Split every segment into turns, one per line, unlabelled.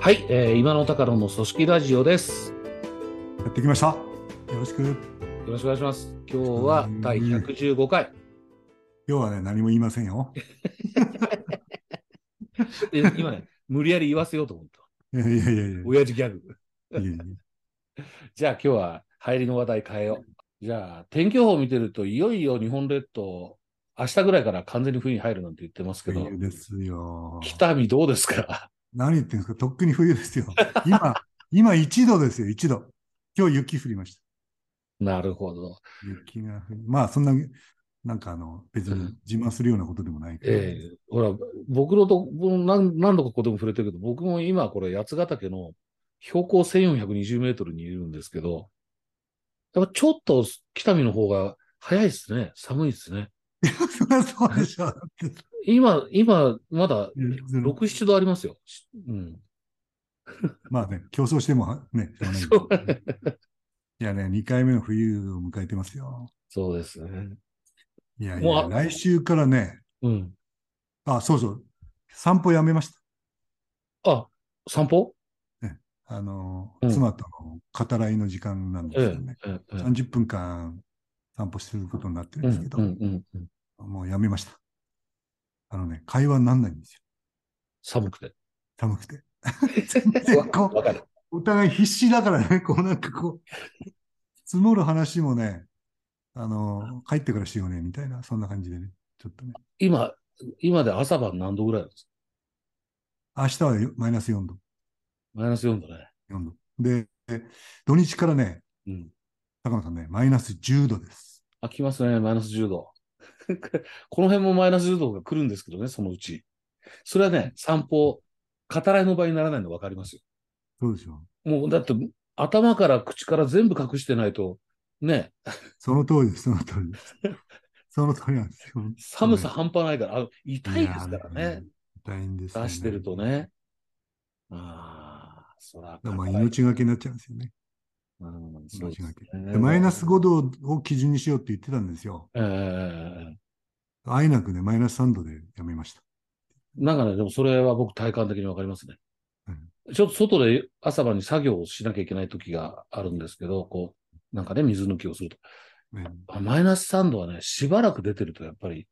はい、えー、今の高野の組織ラジオです。
やってきました。よろしく。
よろしくお願いします。今日は第115回。
要はね、何も言いませんよ。
で今ね、 無理やり言わせようと思った。
いやいやいやいや。
親父ギャグ。
いやいや
じゃあ今日は入りの話題変えよう。じゃあ天気予報見てるといよいよ日本列島、明日ぐらいから完全に冬に入るなんて言ってますけど、
冬ですよ。
北見どうですか
何言ってんですかとっくに冬ですよ。今、今1度ですよ、1度。今日雪降りました。
なるほど。
雪が降り。まあ、そんな、なんかあの、別に自慢するようなことでもないけど。
ええほら、僕のとこ何何度かここでも触れてるけど、僕も今これ八ヶ岳の標高1420メートルにいるんですけど、やっぱちょっと北見の方が早いですね。寒いですね。
そりゃ そうでしょ。だって
今、今、まだ
うん
6、7度ありますよ。うん。
まあね、競争してもはね、しょうがない
そ
ん
う
だけどいやね、2回目の冬を迎えてますよ。
そうですね。
いやい
もう
や、
あ
来週からね、
うん。
あ、そうそう、散歩やめました。
あ、散歩
あの、
うん
妻との語らいの時間なんですよね。
ええ。え
30分間散歩することになっ
え
て
う
るんですけ
ん
ど、
うんうんうん。
もうやめました。あのね、会話になんないんですよ。
寒くて。
寒 くて。然 こう
わかる。
お互い必死だからね、こうなんかこう、積もる話もね、あの、帰ってからしようね、みたいな、そんな感じでね、ちょっとね。
今、今で朝晩何度ぐらいなんですか
明日はよマイナス4度、
マイナス4度ね。
4度。で、で土日からね、
うん。
高野さんね、マイナス10度です。
あ、来ますね、マイナス10度。 この辺もマイナス10度が来るんですけどね、そのうち。それはね、散歩、語らいの場にならないの分かりますよ。
そうでしょ
もう、だって、頭から口から全部隠してないと、ね、
う。その通りです、その通 りです。その通りなんですよ。
寒さ半端ないから、あ痛いですから
いや
ね、。
痛いんですよね
出してるとね。ああ、そら、
まあ、命がけになっちゃうんですよね。
うん、そうで
命
す
が
ね
け。でマイナス
5
5度を基準にしようって言ってたんですよ。
ええ
あえなくね、マイナス3度でやめました。
なんかね、でもそれは僕体感的にわかりますね
う。
ちょっと外で朝晩に作業をしなきゃいけない時があるんですけど、こう、なんかね、水抜きをすると。
ね
あマイナス3度はね、しばらく出てるとやっぱり、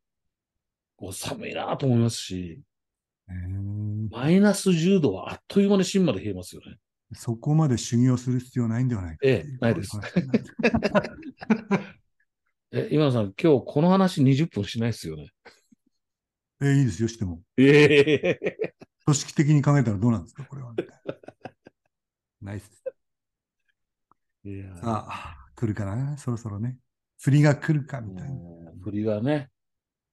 こう寒いなと思いますし、
えー
マイナス10度はあっという間に芯まで冷えますよね。
そこまで修行する必要ないんではないかって
え
う
えないです
話なんです
え、今野さん、今日この話20分しないですよね。
ええいいですよ、しても。
え え
組織的に考えたらどうなんですか、これは。みたいなナイス。
いやー
さあ、来るかな、そろそろね。釣りが来るか、みたいな。
もう振りはね、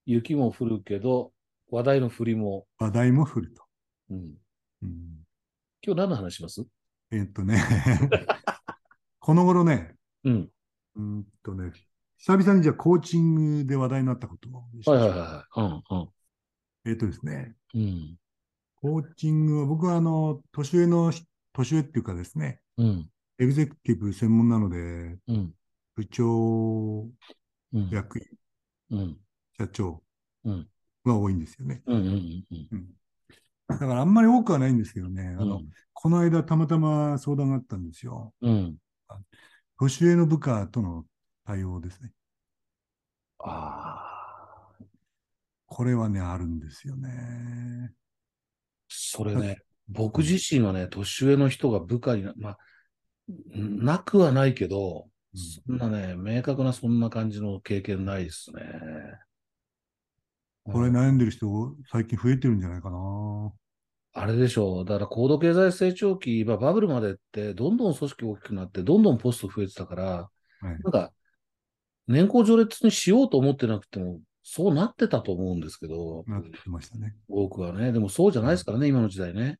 雪も降るけど、話題の振りも、
話題も降ると。
うん、
うん
今日何の話します
えっとね、 この頃ね、
うん。
うーんとね、久々にじゃあコーチングで話題になったことにしま
は
し
い
ょ
はい
う
はいはい。うんうん。
えっとですね、
うん。
コーチングは僕はあの、年上の、年上っていうかですね、
うん。
エグゼクティブ専門なので、
うん。
部長、
うん。
役員、
うん。
社長
うん
が多いんですよね。
うん。うん。うん。
だからあんまり多くはないんですけどね、あの、
うん
この間たまたま相談があったんですよ。
うん。
年上の部下との対応ですね。
ああ。
これはね、あるんですよね。
それね、僕自身はね、年上の人が部下にな、まあ、なくはないけど、そんなね、明確なそんな感じの経験ないですね。
これ
うん
悩んでる人、最近増えてるんじゃないかな。
あれでしょう。だから高度経済成長期、まあバブルまでって、どんどん組織大きくなって、どんどんポスト増えてたから、
はい
なんか、年功序列にしようと思ってなくても、そうなってたと思うんですけど、
なってましたね。
多くはね。でもそうじゃないですからね、今の時代ね。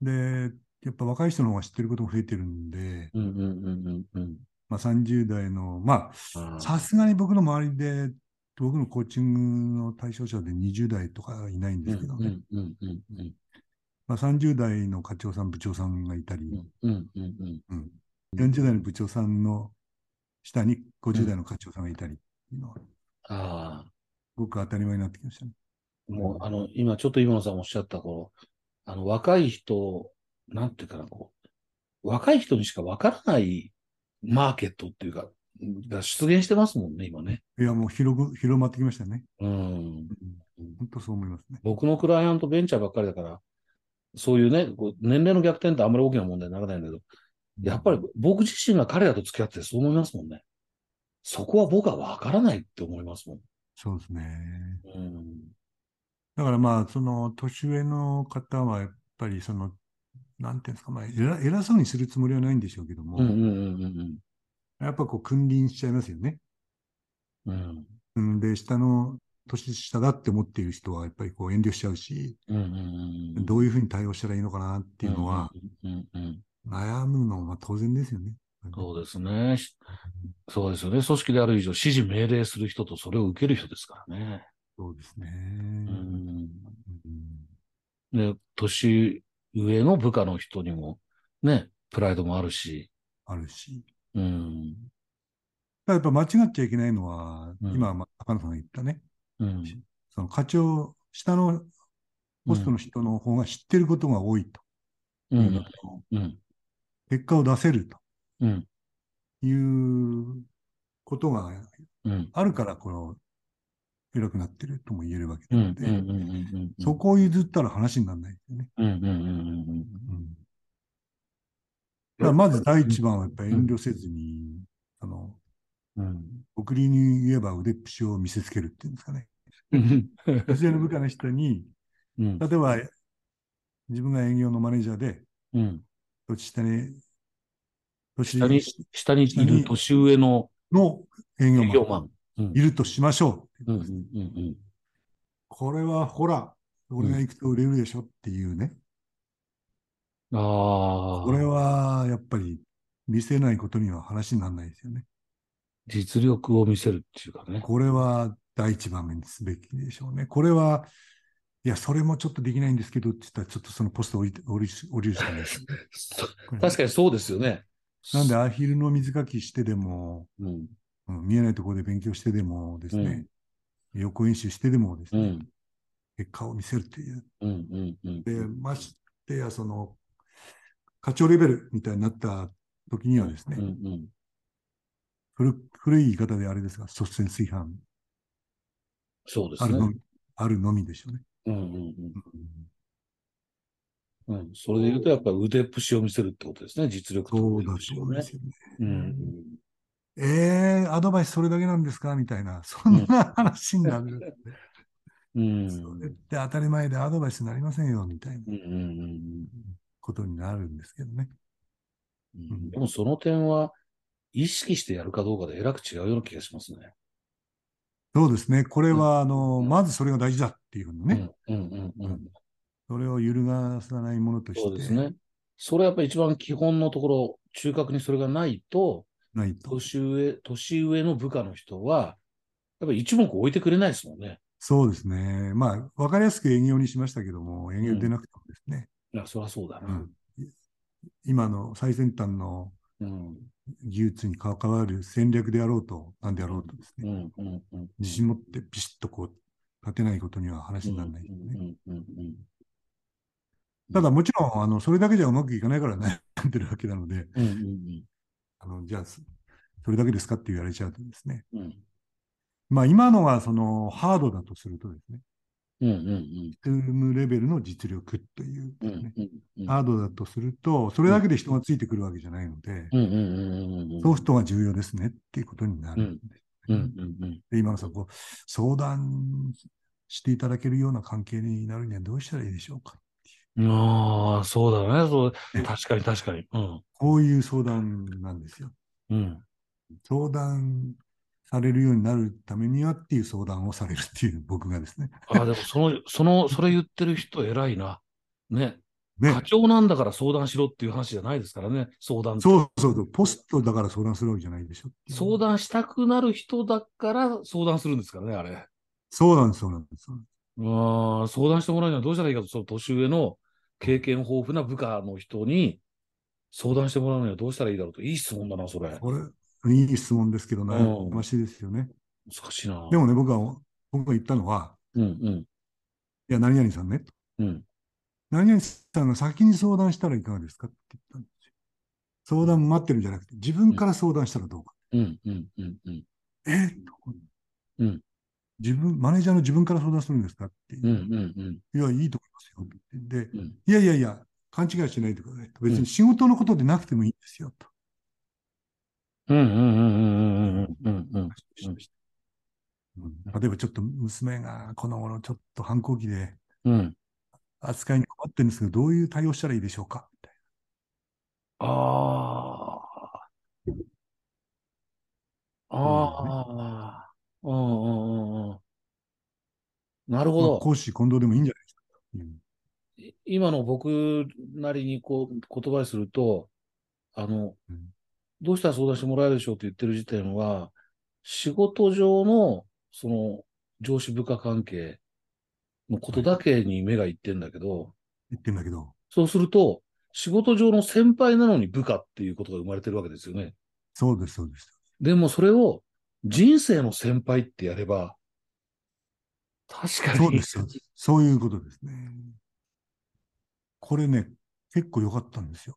で、やっぱ若い人の方が知ってることも増えてるんで、
うんうんうんうんうん。
まあ30代の、ま
あ
あ、
ー
さすがに僕の周りで、僕のコーチングの対象者で20代とかいないん
う
で
ん
すけどね、
うんうんうんうん
まあ、30代の課長さん、部長さんがいたり、
うんうんうんうん。
うん40代の部長さんの下に50代の課長さんがいたりっていうのは、
ああ。
ごく当たり前になってきましたね。
もう、あの、今、ちょっと今野さんおっしゃった頃、あの、若い人なんていうかな、こう、若い人にしかわからないマーケットっていうか、が出現してますもんね、今ね。
いや、もう広く、広まってきましたね。
うん。
本当そう思いますね。
僕のクライアントベンチャーばっかりだから、そういうね、こう年齢の逆転ってあんまり大きな問題にならないんだけど、やっぱり僕自身が彼らと付き合ってそう思いますもんね。そこは僕はわからないって思いますもん。
そうですね。
うん。
だからまあ、その、年上の方は、やっぱり、その、なんていうんですか、まあ、偉偉そうにするつもりはないんでしょうけども、
うんうんうんうん
やっぱこう、君臨しちゃいますよね。
うん。うん
うん、で、下の、年下だって思っている人は、やっぱりこう、遠慮しちゃうし、
うんうんうん。っ
どういうふうに対応したらいいのかなっていうのは、、
うんうんうん、
悩むのはまあ当然ですよね。
そうですね。しそうですよね。組織である以上、指示命令する人とそれを受ける人ですからね。
そうですね。
うん。
うん
で、年上の部下の人にも、ね、プライドもあるし、
あるし。
うん。
ただやっぱ間違っちゃいけないのは、
うん
今、まあ高野さんが言ったね、
うん。
その課長、下のポストの人の方が知ってることが多いと。
う
いうんのと
うん。
結果を出せると
うん。
いうことが
うん。
あるから、この、偉くなってるとも言えるわけ
うん。う
なの
ん。
で、
うん。うん。うん。
そこを譲ったら話にならないですよね。
うん。うん。うん。うん。
だからまず第一番はやっぱり遠慮せずに、あの、
うん。
送りに言えば腕っぷしを見せつけるっていうんですかね。
うん。
年上の部下の人に、
うん。
例えば、自分が営業のマネージャーで、
うん。
年下に、年
下に、下にいる年上の
の営業
営業
マン
マン。うん
い。るとしましょう。
うん。うん。うん。
これはほら、俺が行くと売れるでしょっていうね。
うん。ああ。
これはやっぱり見せないことには話にならないですよね。
実力を見せるっていうかね。
これは第一番目にすべきでしょうね。これは、いや、それもちょっとできないんですけどって言ったら、ちょっとそのポスト降りて降りし降りるしかないです。
そ
こ れ
確かにそうですよね。
なんでアヒルの水かきしてでも、
うん。
うん見えないところで勉強してでもですね、予行演習してでもです
う
ね、
ん。
結果を見せるという。
うん。うん。うん。
で、ましてや、その、課長レベルみたいになった時にはですね、
うん。うん。
古古い言い方であれですが、率先垂範
そうで
あ
す
るの
ね。
み、あるのみでしょうね。
うん。うん。うん。うん。それで言うと、やっぱり腕っぷしを見せるってことですね。実力と
そう
腕っ
だ
ぷし
と
を
思いま
ね。
すよね。
うん。
えー、アドバイスそれだけなんですかみたいな、そんな話になる。
うん。 うん。
それって当たり前でアドバイスになりませんよ、みたいな
うんうんうん
ことになるんですけどね。
うんうんでもその点は、意識してやるかどうかでえらく違うような気がしますね。
そうですね。これは、あ
う
の、
ん
まずそれが大事だっていうふうにね、
うんうんうんうん。
それを揺るがさないものと
そう
し
です
て
ね。それはやっぱり一番基本のところ、中核にそれがないと、
ないと。
年上、年上の部下の人は、やっぱり一目置いてくれないですもんね。
そうですね。まあ、わかりやすく営業にしましたけども、営業でなくてもですね、
いや、そりゃそうだ
う
な。
ん今の最先端の
うん。
技術に関わる戦略であろうと、なんであろうとです
う
ね、
ん。うん。うん。
自信持ってビシッとこう、立てないことには話にならないよね。
うん。うん。うん。
ただもちろん、あの、それだけじゃうまくいかないからね、悩んでるわけなので、
うん。うん
あの、じゃあ、そそれだけですかって言われちゃうとですね。
うん。うん。
まあ、今のは、その、ハードだとするとですね、
うん。うん。
スームレベルの実力という
うん。う
ですね、
ん。うん。
ハードだとすると、それだけで人がついてくるわけじゃないので、
うん。うん。うん。
ソフトが重要ですねっていうことになるんです
う
ね、
ん。うん。うん。
で今のさ、こう、相談していただけるような関係になるにはどうしたらいいでしょうか。
ああ、そうだね。そう、確かに確かに。うん。
こういう相談なんですよ。
うん。
相談されるようになるためにはっていう相談をされるっていう僕がですね。
ああ、でもその、その、それ言ってる人偉いな。ね。
ね
課。長なんだから相談しろっていう話じゃないですからね。相談って
そうそうそう。ポストだから相談するわけじゃないでしょっていう
相談したくなる人だから相談するんですからね、あれ。
そうなんです、そうなんです。そうなんです
ああ、相談してもらうにはどうしたらいいかと、その年上の経験豊富な部下の人に相談してもらうにはどうしたらいいだろうと。いい質問だな、それ。
これ、いい質問ですけど、
ん
悩ましいですよね。
難しいな。
でもね、僕は、僕が言ったのは、
うん、うん、
いや、何々さんね、
うん、
何々さんの先に相談したらいかがですかって言ったんですよ。相談待ってるんじゃなくて、自分から相談したらどうか。
うん、うん、うん、うん。
えと
うん
自分、マネージャーの自分から相談するんですかって、
うん、うん、
いや、いいと思いますよ。で、
うん
いやいやいや、勘違いしないでくださいと。別に仕事のことでなくてもいいんですよ。と。
うん。うん、うん、うん、うん、うん、うん。
うん例えばちょっと娘がこの頃ちょっと反抗期で
うん。
扱いに困ってるんですけど、どういう対応したらいいでしょうかみたい
ああ。ああ。うんうんうんうん。なるほ
な。まあ、
ど。
講師混同でもいいんじゃないですかという。
い今の僕なりにこう言葉にすると、あの
うん、
どうしたら相談してもらえるでしょうって言ってる時点は、仕事上の、その、上司部下関係のことだけに目がいってんだけど、
言ってんだけど、
そうすると、仕事上の先輩なのに部下っていうことが生まれてるわけですよね。
そうです、そうです。
でもそれを人生の先輩ってやれば、確かに。
そうです、 そうです。そういうことですね。これね、結構良かったんですよ。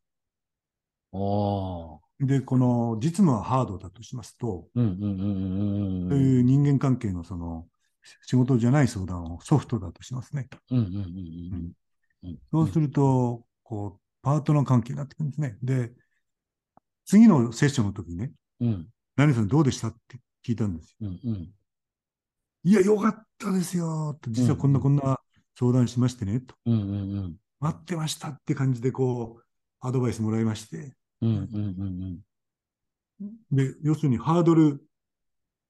ああ。
で、この実務はハードだとしますと、
うんうんうんうんうん。
そういう人間関係のその仕事じゃない相談をソフトだとしますね。
うんうんうんうん。
そうすると、こう、パートナー関係になってくるんですね。で、次のセッションの時にね、
うん
何さんどうでしたって聞いたんです
う
よ。
んうん。
いや、よかったですよと実はこんな
うん
こんな相談しましてね、と。
うんうんうん。
待ってましたって感じで、こう、アドバイスもらいまして。
うんうんうん
で、要するにハードル、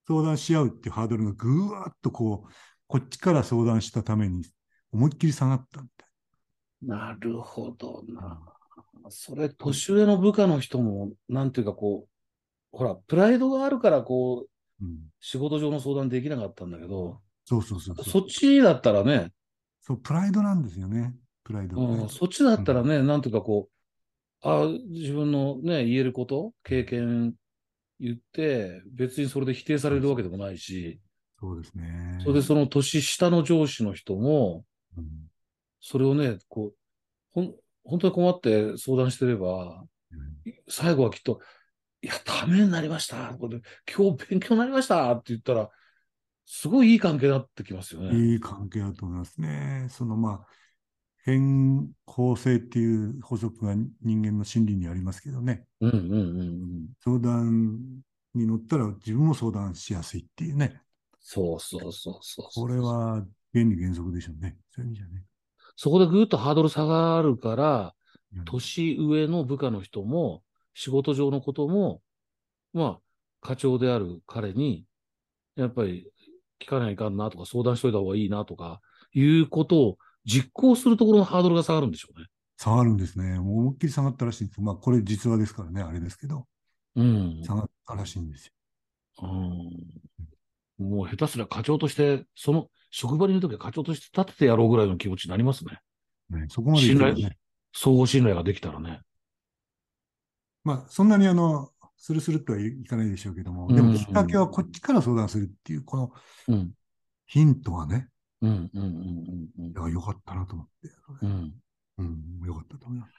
相談し合うっていうハードルがぐわーっとこう、こっちから相談したために、思いっきり下がったみたい
うん。なるほどな
な。。
それ、年上の部下の人も、なんていうかこう、ほら、プライドがあるから、こう、
うん。
仕事上の相談できなかったんだけど、
そうそうそうそ。
そうっちだったらね、
そう、プライドなんですよね。プライドがね、
うん、そっちだったらね、なんとかこう、あ自分のね、言えること、経験言って、別にそれで否定されるわけでもないし、
そうですね。
それでその年下の上司の人も、
うん
それをね、こう、ほん、本当に困って相談してれば、
うん
最後はきっと、いや、ためになりました。これ今日勉強になりましたって言ったら、すごいいい関係になってきますよね。
いい関係だと思いますね。そのまあ、変更性っていう法則が人間の心理にありますけどね。
うんうんうんうん。
相談に乗ったら自分も相談しやすいっていうね。
そうそうそうそうそう。
これは原理原則でしょうね。そういう意味じゃね。
そこでぐーっとハードル下がるから、
うん
年上の部下の人も、仕事上のことも、まあ、課長である彼に、やっぱり聞かないかんなとか、相談しといた方がいいなとか、いうことを実行するところのハードルが下がるんでしょうね。
下がるんですね。もう思いっきり下がったらしいんです。まあ、これ実話ですからね、あれですけど、
うん。
下がったらしいんですよ。
うん、もう下手すりゃ課長として、その職場にいるときは課長として立ててやろうぐらいの気持ちになりますね。
ねそこまでいくと
信
ね。
相互信頼ができたらね。
まあ、そんなにあの、スルスルっとはいかないでしょうけども、で
う
も
ん
きっかけはこっちから相談するっていう、この
うん。
ヒントはね、
うんうんうんうんうん
い。や、よかったなと思って。
うん
うん、よかったと思います。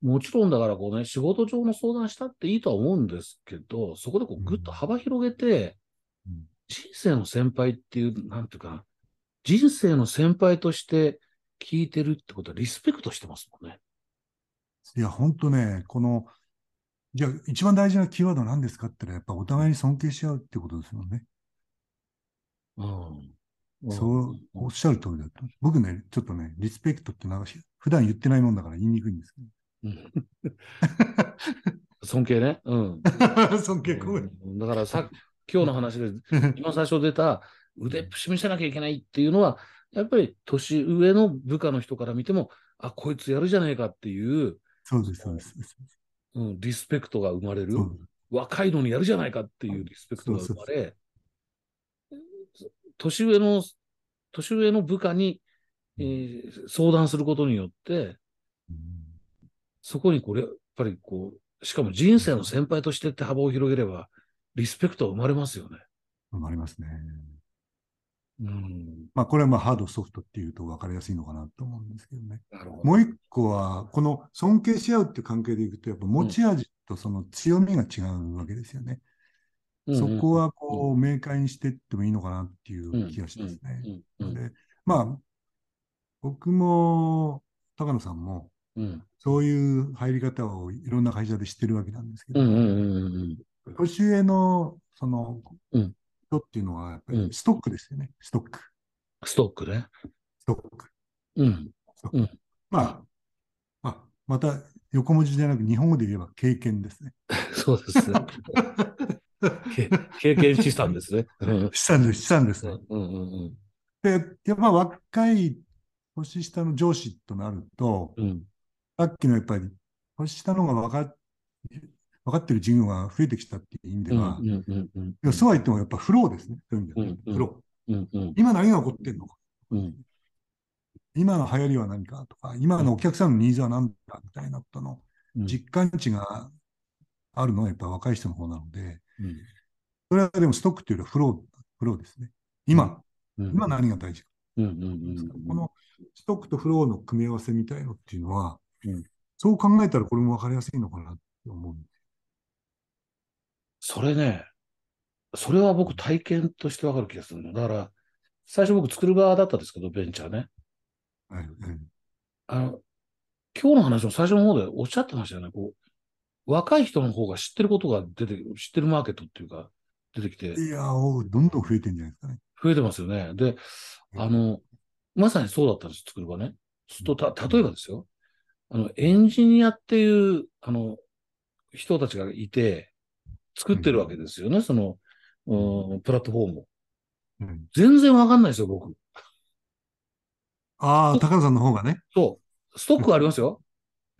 もちろんだからこうね、仕事上の相談したっていいとは思うんですけど、そこでこうぐっと幅広げて、
うん
人生の先輩っていう、なんていうかな、人生の先輩として聞いてるってことはリスペクトしてますもんね。
いや、本当ね、この、じゃあ、一番大事なキーワードは何ですかって言ったら、やっぱお互いに尊敬し合うってことですもんね。
うん。
そう、おっしゃる通りだと。僕ね、ちょっとね、リスペクトってなんか普段言ってないもんだから言いにくいんですけ
うん。尊敬ね。うん。
ど。尊敬ごめん。
うんだからさ、今日の 話で、一番最初出た腕っぷし見せなきゃいけないっていうのは、やっぱり年上の部下の人から見ても、あ、こいつやるじゃねえかっていう、
そうです、そうです。そうです
うん、リスペクトが生まれる
そ。う
若いのにやるじゃないかっていうリスペクトが生まれ、年上の、年上の部下に、えー相談することによって、
うん
そこにこれ、やっぱりこう、しかも人生の先輩としてって幅を広げれば、リスペクトは生まれますよね。
生まれますね。
うん。
まあ、これはまあハード、ソフトっていうと分かりやすいのかなと思うんですけどね。
なるほど。
もう一個は、この尊敬し合うっていう関係でいくと、やっぱ持ち味とその強みが違うわけですよね。
うんうん
そこ、はこう、明快にしていってもいいのかなっていう気がしますね。
うんう
の
ん
で、まあ、僕も、高野さんも、
うん
そういう入り方をいろんな会社で知ってるわけなんですけ
う
ど、
んうんうんうん
年上の、その、
うん
人っていうのは、やっぱ
う
り
ん
ストックですよね。ストック。
ストックね。
ストック。
うん。
まあ、まあ、また横文字じゃなく日本語で言えば経験ですね。
そうですね。け経験資産ですね。うん
資産です、資産です
う
ね。
んうん
で、やっぱ若い年下の上司となると、
うんうん。
さっきのやっぱり、年下の方が分かっ分かってる事業が増えてきたっていう意味で
うん
は、
うんうんうん
いやそうは言ってもやっぱフローですね。そういう意味ではね
うんうん
フロー。
うんうん
今何が起こってんのか。
うん
今の流行りは何かとか、今のお客さんのニーズは何だみたいなことの
うん
実感値があるのはやっぱ若い人の方なので、
うん
それはでもストックというよりはフロー、フローですね。今、
うん
今何が大事か。
うんうんうんうん
このストックとフローの組み合わせみたいのっていうのは、
うん
そう考えたらこれも分かりやすいのかなって思う。
それね、それは僕体験としてわかる気がするの。だから、最初僕作る側だったんですけど、ベンチャーね。
はいはい
あの、今日の話の最初の方でおっしゃってましたよね。こう、若い人の方が知ってることが出て、知ってるマーケットっていうか、出てきて、
いやー、おどんどん増えてんじゃないですかね。
増えてますよね。で、
うん
あの、まさにそうだったんです、作る場ね。すると、た、例えばですよ。あの、エンジニアっていう、あの、人たちがいて、作ってるわけですよね、その、うん、プラットフォームを。
うん
全然わかんないですよ、僕。
ああ、高野さんの方がね。
そう。ストックはあります よ。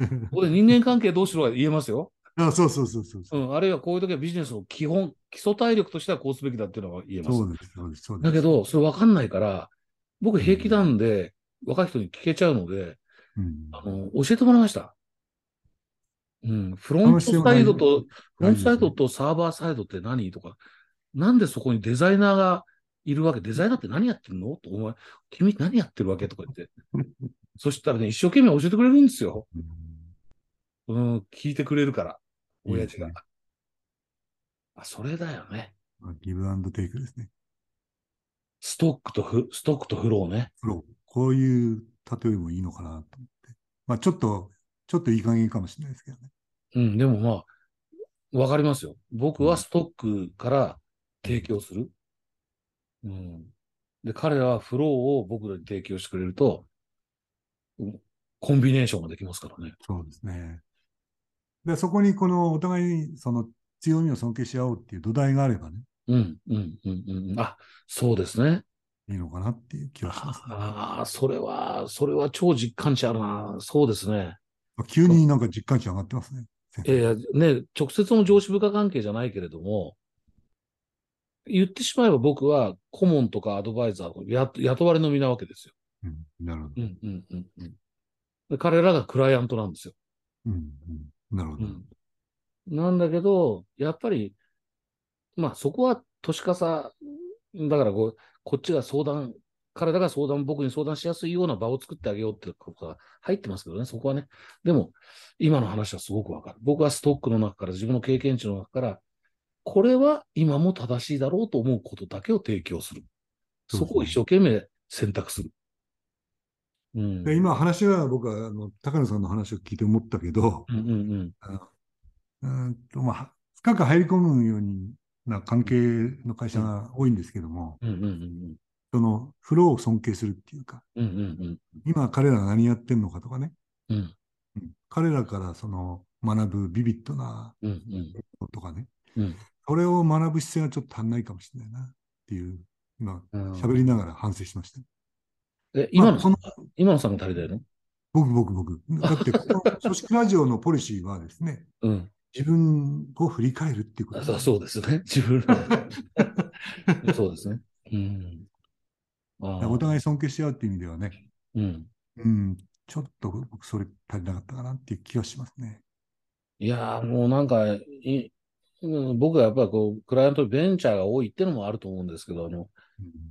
ここで人間関係どうしろは言えますよ。
あそうそうそうそう。
うん。あるいはこういう時はビジネスの基本、基礎体力としてはこうすべきだっていうのは言えます。
そうです、そうです、そうで
だ
す。
けど、それわかんないから、僕平気なんで、若い人に聞けちゃうので、
うん、
あの、教えてもらいました。うん。フロントサイドと、フロントサイドとサーバーサイドって何とか、なんでそこにデザイナーがいるわけデザイナーって何やってんのとお前、君何やってるわけとか 言って。そしたらね、一生懸命教えてくれるんですよ。
うん
うん、聞いてくれるから、親父が。
いいで
あ、それだよね。
まあギブアンドテイクですね。
ストックとフ、ストックとフローね。
プロ。こういう例えもいいのかなと思って。まあちょっと、ちょっといい加減かもしれないですけどね。
うん、でもまあ、わかりますよ。僕
う
は
ん
ストックから提供する。うん。で、彼らはフローを僕らに提供してくれると、うんコンビネーションができますからね。
そうですね。で、そこにこのお互いにその強みを尊敬し合おうっていう土台があればね、
うん、うん、うん、うんうん。あ、そうですね。
いいのかなっていう気がします。
ああ、それは、それは超実感値あるな。そうですね。
まあ急になんか実感値上がってますね。先
い
生
やいや、ね、直接の上司部下関係じゃないけれども、言ってしまえば僕は顧問とかアドバイザーのや雇われの身なわけですよ。
うん、なるほど。
うんうんうんうんで。彼らがクライアントなんですよ。
うん、うん、なるほ
う
ど。
ん。なんだけど、やっぱり、まあそこは年かさ、だからこう、こっちが相談、彼らが相談、僕に相談しやすいような場を作ってあげようっていうことが入ってますけどね、そこはね。でも、今の話はすごくわかる。僕はストックの中から、自分の経験値の中から、これは今も正しいだろうと思うことだけを提供する。そこを一生懸命選択する。うん。
で今話は僕はあの高野さんの話を聞いて思ったけど、
うんうんうん。
うーんとまあ、深く入り込むような関係の会社が多いんですけども、
うんうんうん
そのフローを尊敬するっていうか、
うん。うんうんうん。
今彼ら何やってんのかとかね、
うん
うん彼らからその学ぶビビッドな
うんうん。
ことかね、
うん
それを学ぶ姿勢がちょっと足んないかもしれないなっていう、今、
うん
喋りながら反省しました。
え、今
ま
の
あ、この
今のさんが誰だよね
僕、僕、僕。だって、この組織ラジオのポリシーはですね、
うん。
自分を振り返るっていうこと
あ
で
そう
す。
そうですね。 自分 のそうですね。うん。ああ
お互い尊敬し合うっていう意味ではね、
うん。
うん、ちょっと僕、それ足りなかったかなっていう気がしますね。
いやー、もうなんか、いうん僕はやっぱりこう、クライアントにベンチャーが多いってのもあると思うんですけど、あの、
うん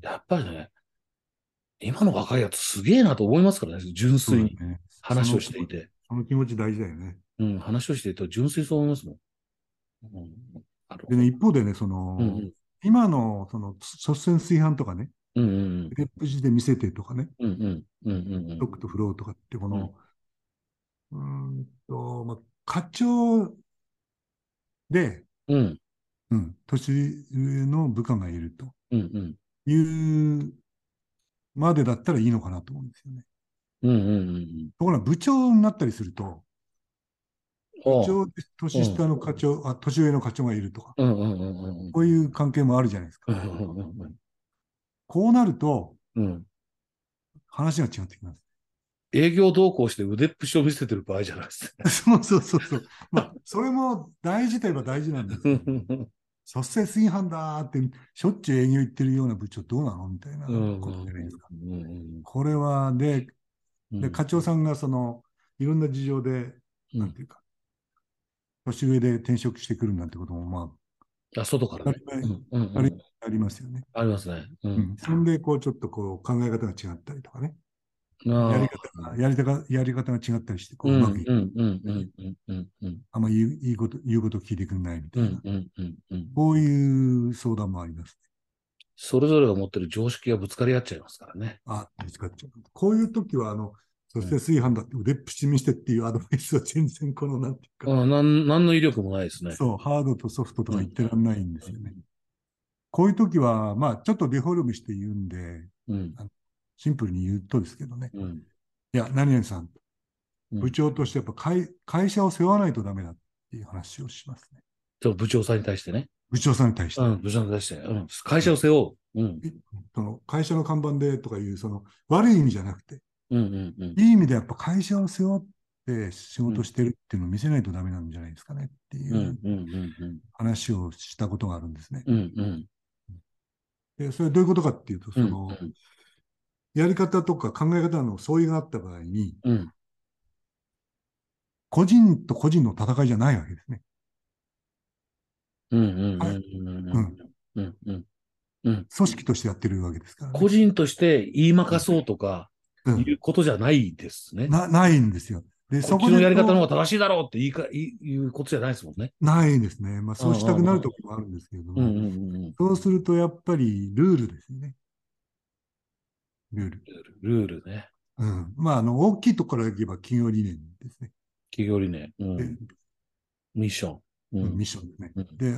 やっぱりね、今の若いやつすげえなと思いますからね、純
そう
粋
だ
に
ね。
話をしていて。
その気持ち大事だよね。
うん、話をしていて純粋そう思いますもん。うん、なるほ
で
ど。
ね、一方でね、その、
うんうん
今の、その、率先炊飯とかね、
うんうん
レップ時で見せてとかね、
うんうんうんうんうん
ロックとフローとかってこの、うーんと、まあ、課長で、
うん
うん、年上の部下がいると
うんうん
いうまでだったらいいのかなと思うんですよね。
うんうんうん
ところが部長になったりすると、
うん
部長で年下の課長、あ、年上の課長がいるとか、
うんうんうんうん
こういう関係もあるじゃないですか。
うん
こうなると、
うん
話が違ってきます。
営業同行して腕っぷしを見せてる場合じゃないですね。
そうそうそうそう。まあ、それも大事といえば大事なんですけど率先炊飯だーって、しょっちゅう営業行ってるような部長どうなのみたいなことじゃないですか。これは、で、で課長さんがその、いろんな事情で、
うん
なんていうか、年上で転職してくるなんてことも、ま
あ、外から
あ、
ね。
当たり
う
前
んうんうん
あれありますよね。
ありますね。う
うんん。そんで、こう、ちょっとこう、考え方が違ったりとかね。
あ
や
ー
り方が、やり方が、やり方が違ったりして、こ
う
う、
ん
う
う
ま
ん
くいく
うんうんうんうんうん
あんま言う、いいこと、言うこと聞いてくれないみた
う
い
ん
な。
うんうんうん
こういう相談もあります。
それぞれが持ってる常識がぶつかり合っちゃいますからね。
あ、ぶつかっちゃう。こういう時は、あの、そして炊飯だって腕っぷし見してっていうアドバイスは全然この、なんていうか、
あなんなんの威力もないですね。
そう、ハードとソフトとか言ってらんないんですよね。
う
こういう時は、まあ、ちょっとデフォルメして言うんで、
ん
シンプルに言うとですけどね。
うん
いや、何々さん、
うん
部長としてやっぱ会会社を背負わないとダメだっていう話をしますね。
そう部長さんに対してね。
部長さんに対して。
うん、部長さんに対して。うん、会社を背負う。うん、
その会社の看板でとかいう、その悪い意味じゃなくて、
うん、うん、うん。、
いい意味でやっぱ会社を背負って仕事してるっていうのを見せないとダメなんじゃないですかねっていううん
うん、うん、
話をしたことがあるんですね。
うん、うん、
でそれはどういうことかっていうと、そ
うん、
の、やり方とか考え方の相違があった場合に、
うん。
個人と個人の戦いじゃないわけですね。
うん、うん、
はい
うん、うん、うん、うん。
組織としてやってるわけですから、ね
個人として言いまかそうとか、
うん
いうことじゃないですね。
な。ないんですよ。で、
そ
そ
っち
こ
の
で
やり方の方が正しいだろうって言いか、いいうことじゃないですもんね。
ないですね。まあ、そうしたくな
うんうんう
る
ん
ところもあるんですけれど
うん、う
も、
ん、うん。
そうするとやっぱりルールですよね。ルール。
ルールね。
うん。まあ、あの、大きいところからいけば企業理念ですね。
企業理念。う
で
ん。ミッション。う
うん
ん
ミッ。ションですね。
うん
で、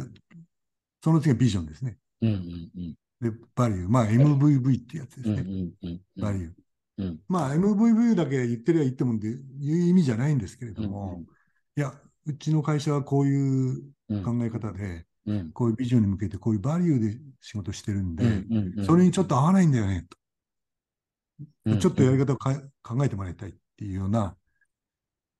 その次はビジョンですね。
うん、うん、うん。
で、バリュー。まあ、MVV ってやつです
うん、
ね。
うん、うん。
バリュー。
うん
まあ、MVV だけ言ってりゃ言ってもんでいう意味じゃないんですけれども、
うん
いや、うちの会社はこういう
うん
考え方で、
うん。
こういうビジョンに向けて、こういうバリューで仕事してるんで、
うんうんうん
それにちょっと合わないんだよね、
うん
ちょっとやり方をか考えてもらいたいっていうような、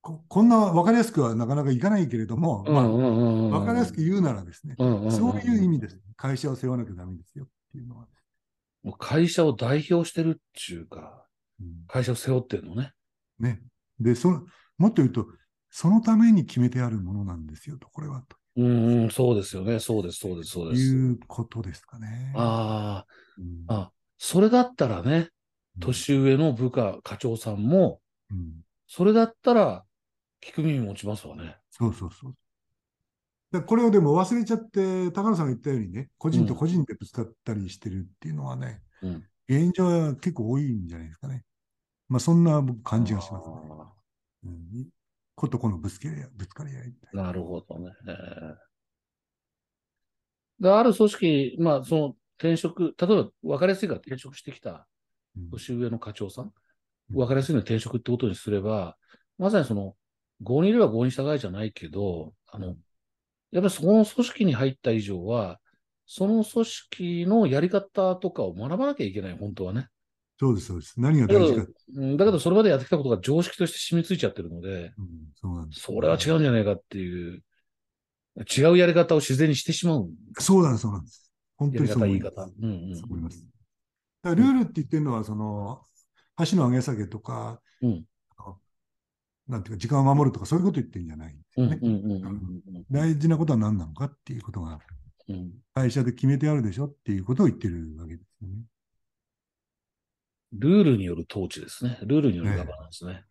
ここんな分かりやすくはなかなかいかないけれども、
うんうんうんうん
まあ、分かりやすく言うならですね、
うんうんうん
そういう意味です。会社を背負わなきゃダメですよっていうのは、
もう会社を代表してるっていうか、
うん
会社を背負ってるのね。
ね。で、その、もっと言うと、そのために決めてあるものなんですよと、これは、
うん、うん、そうですよね。そうです、そうです、そう
と
です。
いうことですかね。
ああ、
うん
あ、それだったらね、年上の部下、課長さんも、
うん
それだったら、聞く耳持ちますわね。
そうそうそう。だこれをでも忘れちゃって、高野さんが言ったようにね、個人と個人でぶつかったりしてるっていうのはね、
うん
現状は結構多いんじゃないですかね。まあ、そんな僕感じがしますね。
あ
うん、ことこのぶつけり合い、ぶつかり合いみたい
ーなるほどね。えーで、ある組織、まあ、その転職、例えば分かりやすいから転職してきた
な。うん
年上の課長さん、分かりやすいのは転職ってことにすれば、まさにその、合にいれば合に従いじゃないけど、あの、やっぱりそこの組織に入った以上は、その組織のやり方とかを学ばなきゃいけない、本当はね。
そうです、そうです。何が大事か。
うんだけど、それまでやってきたことが常識として染みついちゃってるので、
うん、そうなんです。
それは違うんじゃないかっていう、違うやり方を自然にしてしまう。
そうなんです、そうなんです。本
や
当
り
にそう
方、
思
言い
い
方。うん
ますそう思います。だからルールって言ってるのは、その、橋の上げ下げとか、
うん
あのなんていうか、時間を守るとか、そういうこと言ってるんじゃないんです
うん。う
よ
ん
ね。
うんうんうん
大事なことは何なのかっていうことが、
うんうん。
会社で決めてあるでしょっていうことを言ってるわけですよね。
ルールによる統治ですね。ルールによるガバナンスね。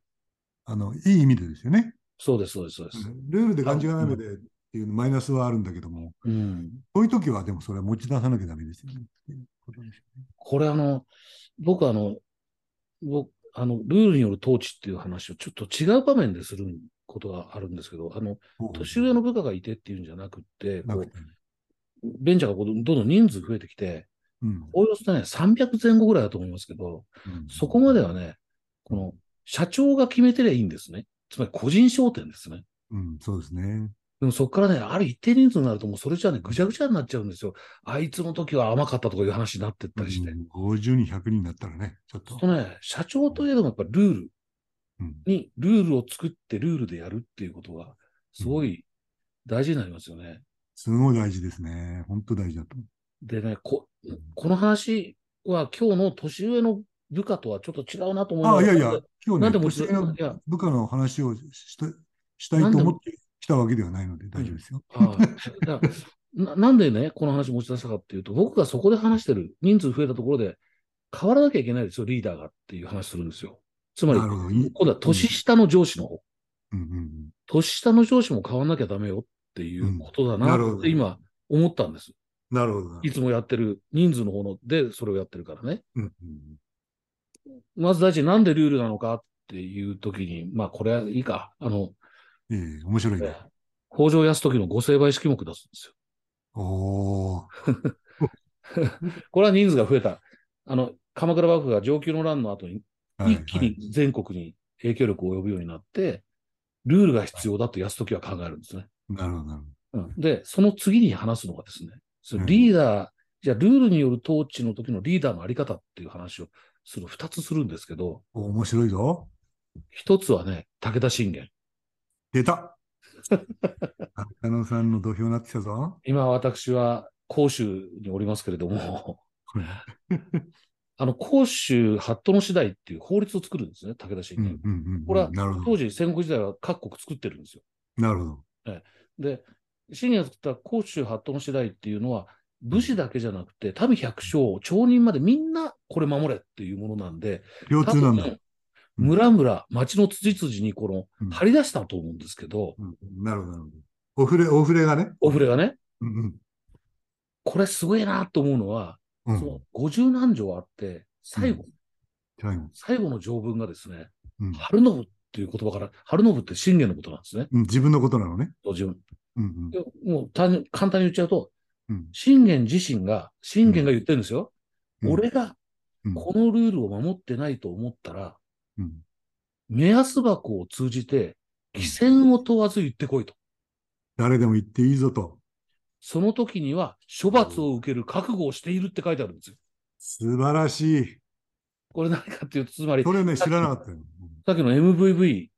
あの、いい意味でですよね。
そうです、そうです、そうです。
ルールで感じがないのでっていうマイナスはあるんだけども、
うん。
そういう時はでもそれは持ち出さなきゃダメですよねっていうことですよね。
これあの、僕あの、僕、あの、ルールによる統治っていう話をちょっと違う場面ですることがあるんですけど、あの、年上の部下がいてっていうんじゃなくって、
な
こ
く
う
て。
ベンチャーがこうどんどん人数増えてきて、
うん。
おおよそね、300前後ぐらいだと思いますけど、
うん
そこまではね、この、社長が決めてりゃいいんですね。つまり個人商店ですね。
うん、そうですね。
でもそこからね、ある一定人数になるともうそれじゃね、ぐちゃぐちゃになっちゃうんですよ。あいつの時は甘かったとかいう話になってったりして。
うん50人、100人になったらね、ちょっと
そ。のね、社長といえどもやっぱルール
うん
に、ルールを作ってルールでやるっていうことが、すごい大事になりますよね。
すごい大事ですね。本当大事だと思
でね、こ、この話は今日の年上の部下とはちょっと違うなと思
う。
いま
ああ、い
す
やいや、今日
な
ね、
んでも
年上の
いや、
部下の話をしたしたいと思ってきたわけではないので大丈夫ですよ。
はいだから ななんでね、この話持ち出したかっていうと、僕がそこで話してる人数増えたところで、変わらなきゃいけないですよ、リーダーがっていう話するんですよ。つまり、
なるほど。いい
今度は年下の上司の方、
うんうん
年下の上司も変わらなきゃダメよっていうことだな
うんなる
っ
ほ
て
ど
今思ったんです。
うん、なるほどな。
いつもやってる人数の方ので、それをやってるからね。
うんうん
まず大事になんでルールなのかっていうときに、まあこれはいいか。あの、
ええ面白いね。
北条泰時のご成敗式目出すんですよ。
おお。
これは人数が増えた。あの、鎌倉幕府が上級の乱の後に、
はい
一気に全国に影響力を及ぶようになって、ルールが必要だと泰時は考えるんですね。
はいなるほど、なる
うんで、その次に話すのがですね、その
うん
リーダー、じゃあルールによる統治の時のリーダーのあり方っていう話をする、二つするんですけど、
ほど。面白いぞ。
一つはね、武田信玄。
出た中野さんの土俵になってきたぞ。
今私は甲州におりますけれども、
これ
あの、甲州服部の次第っていう法律を作るんですね、武田信
うん
玄。
うんうんうん
これは
なるほ
当
ど。
時、戦国時代は各国作ってるんですよ。
なるほど。
で、信玄が作った甲州八頭の次第っていうのは、武士だけじゃなくて、民百姓、町人までみんなこれ守れっていうものなんで、
共通なんだ。
多分村々、町の辻々にこ
う
の、
ん
張り出したと思うんですけど、
うんなるほど、なるほど。おふれ、おふれがね。
お触れがね、
うんうん
これすごいなと思うのは、
う
その
ん。
50何条あって、最後、
最後
最後の条文がですね、
うん
春信っていう言葉から、春信って信玄のことなんですね、
うん自分のことなのね。
50分
うんうん
でもう単に簡単に言っちゃうと、
うん
信玄自身が、信玄が言ってるんですよ。
うん
俺が
うん
このルールを守ってないと思ったら、
うん
目安箱を通じて、
うん
規制を問わず言ってこいと。
誰でも言っていいぞと。
その時には処罰を受ける覚悟をしているって書いてあるんですよ。
素晴らしい。
これ何かっていうと、つまり、
それね、知らなかったよ。
さっきの MVV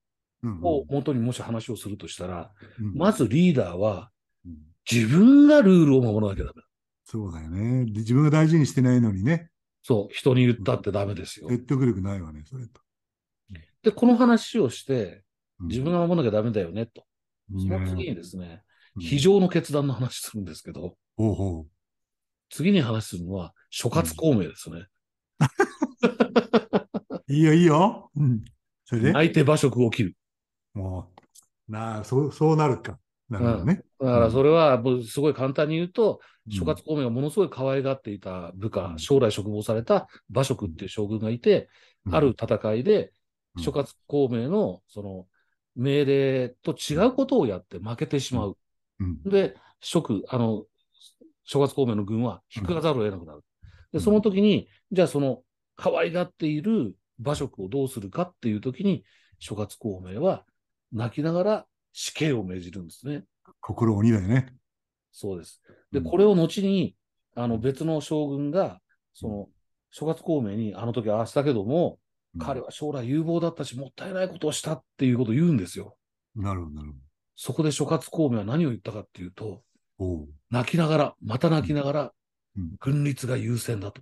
うんうん
を元にもし話をするとしたら、
うん
まずリーダーは
うん
自分がルールを守らなきゃダメだ。
そうだよね。で自分が大事にしてないのにね、
そう、人に言ったってダメですよ。
説得力ないわね、それと。
で、この話をして、
うん
自分が守らなきゃダメだよね、と。その次
ね
にですね、
うん
非常の決断の話するんですけど、
ほうほ
次に話するのは諸葛孔明ですね。
う。いいよ、いいよ。うん。それで、
相手馬食を切る。
もう、なあ、そう、そうなるか。なるほどね。
だからそれはもうすごい簡単に言うと、
うん
諸葛孔明がものすごい可愛がっていた部下、
うん
将来嘱望された馬食っていう将軍がいて、
うん
ある戦いで
うん
諸葛孔明のその命令と違うことをやって負けてしまう。
うん。
で、諸あの、諸葛孔明の軍は引かざるを得なくなる。
う
で、
ん
その時に、じゃあその可愛がっている馬謖をどうするかっていう時に、諸葛孔明は泣きながら死刑を命じるんですね。
心鬼だよね。
そうです。で、
うん
これを後に、あの別の将軍が、その、諸葛孔明にあの時はああしたけども、彼
は。
は将来有望だったし、もったいないことをしたっていうことを言うんですよ。
なるほど、なる
そこで諸葛孔明は何を言ったかっていうと、
ほど。おう。
泣きながら、また泣きながら
うん、
軍律が優先だと。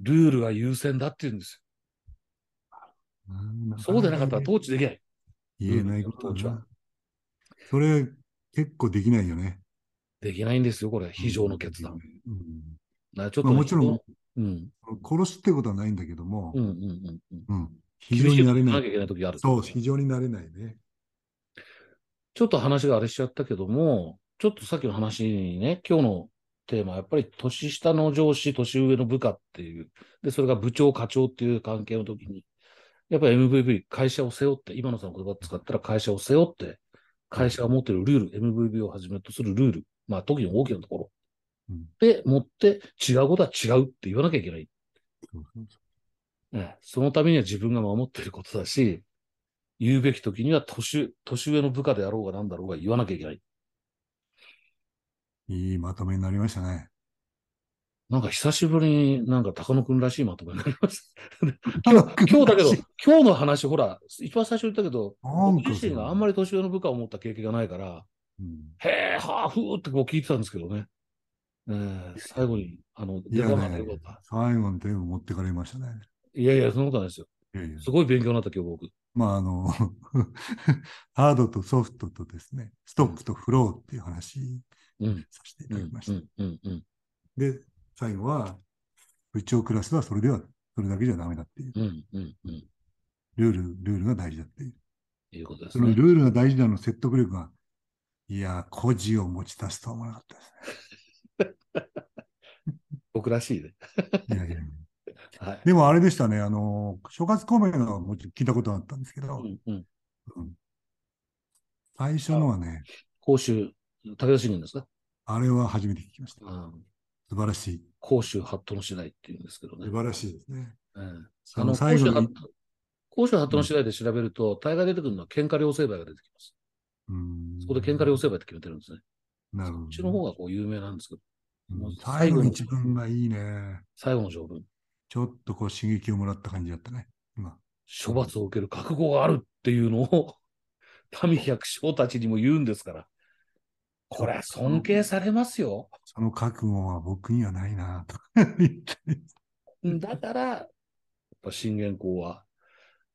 ルールが優先だって言うんです
うん
よ。そうでなかったら統治できない。
言えないこと
うん
だ
こんに
な。それ、結構できないよね。
できないんですよ、これ。非常の決断。
うん。
なちょっと、
まあもちろん
うん。
殺すってことはないんだけども
うんう、んうんうん。
うん非常に慣れ
厳しく聞か
な
なきゃい
い。
けない時がある。
そう、非常に慣れないね。
ちょっと話があれしちゃったけども、ちょっとさっきの話にね、今日のテーマ、やっぱり年下の上司、年上の部下っていう、で、それが部長、課長っていう関係の時に、やっぱり MVP、会社を背負って、今野さんの言葉を使ったら会社を背負って、会社が持ってるルール、MVP をはじめとするルール、まあ特に大きなところ
うん
で持って、違うことは違うって言わなきゃいけない。
そうそうそ
ねそのためには自分が守っていることだし、言うべき時には年、年上の部下であろうが何だろうが言わなきゃいけない。
ういいまとめになりましたね。
なんか久しぶりになんか高野くんらしいまとめになりま した。今日、今日だけど、今日の話ほら、一番最初に言ったけど、
なんか
僕自身があんまり年上の部下を持った経験がないから、
うん
へーはーふーってこう聞いてたんですけどね。えー最後に、あの、
い
出
や
たなかった
ね
よかった。、
最後のテーマ持ってかれましたね。
いやいや、そんなことないですよ。
いやいや
すごい勉強になった今日僕。
まあ、あの、 ハードとソフトとですね、ストックとフローっていう話
うん。
させていうただ
ん
きまし。
う
た。
ん。うん。うん。
で、最後は、部長クラスはそれでは、それだけじゃダメだっていう。
うん。うん。うん。
ルール、ルールが大事だっていう。
いうことです
その
ね。
ルールが大事なの説得力が、いやー、孤児を持ち出すとは思わなかった です
僕らしいね。
ね。いやいや
はい。
でもあれでしたね、あの、諸葛孔明のはもちろん聞いたことがあったんですけど、
うん。うん。
最初のはね、
甲州、武田信玄ですか
あれは初めて聞きました。
うん。
素晴らしい。
甲州八頭の次第っていうんですけどね。
素晴らしいですね。
うん
そ
あの、
の
高
最
所
後
ハッ
に
ト、高所ハットの次第で調べると、大概出てくるのは喧嘩両成敗が出てきます。
うん
そこで喧嘩両成敗って決めてるんですね。
なる
こ
ほ
っちの
ど
方がこう有名なんですけど、
うん
最
最
後
後
の
に自分がいいね。
最後の条文、
ちょっとこう刺激をもらった感じだったね。今。
処罰を受ける覚悟があるっていうのを、 民百姓たちにも言うんですから、これは尊敬されますよ。
その覚悟は僕にはないなと。
だから、やっぱ信玄公は、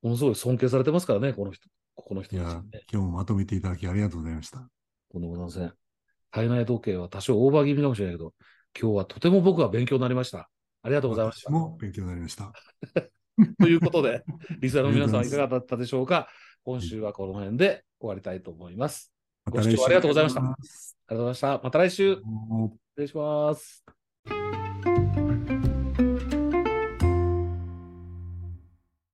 ものすごい尊敬されてますからね、この人、ここの
い
人たち
や
に、ね。
今日もまとめていただきありがとうございました。
とんでもございません。体内時計は多少オーバー気味かもしれないけど、今日はとても僕は勉強になりました。ありがとうございまし
私
た。
も勉強になりました。
ということ で、リスナーの皆さんいかがだったでしょうか今週はこの辺で終わりたいと思います。
ま
ご視聴ありがとうございました
た来週
ありがとうございました。また来週、
もう
失礼します。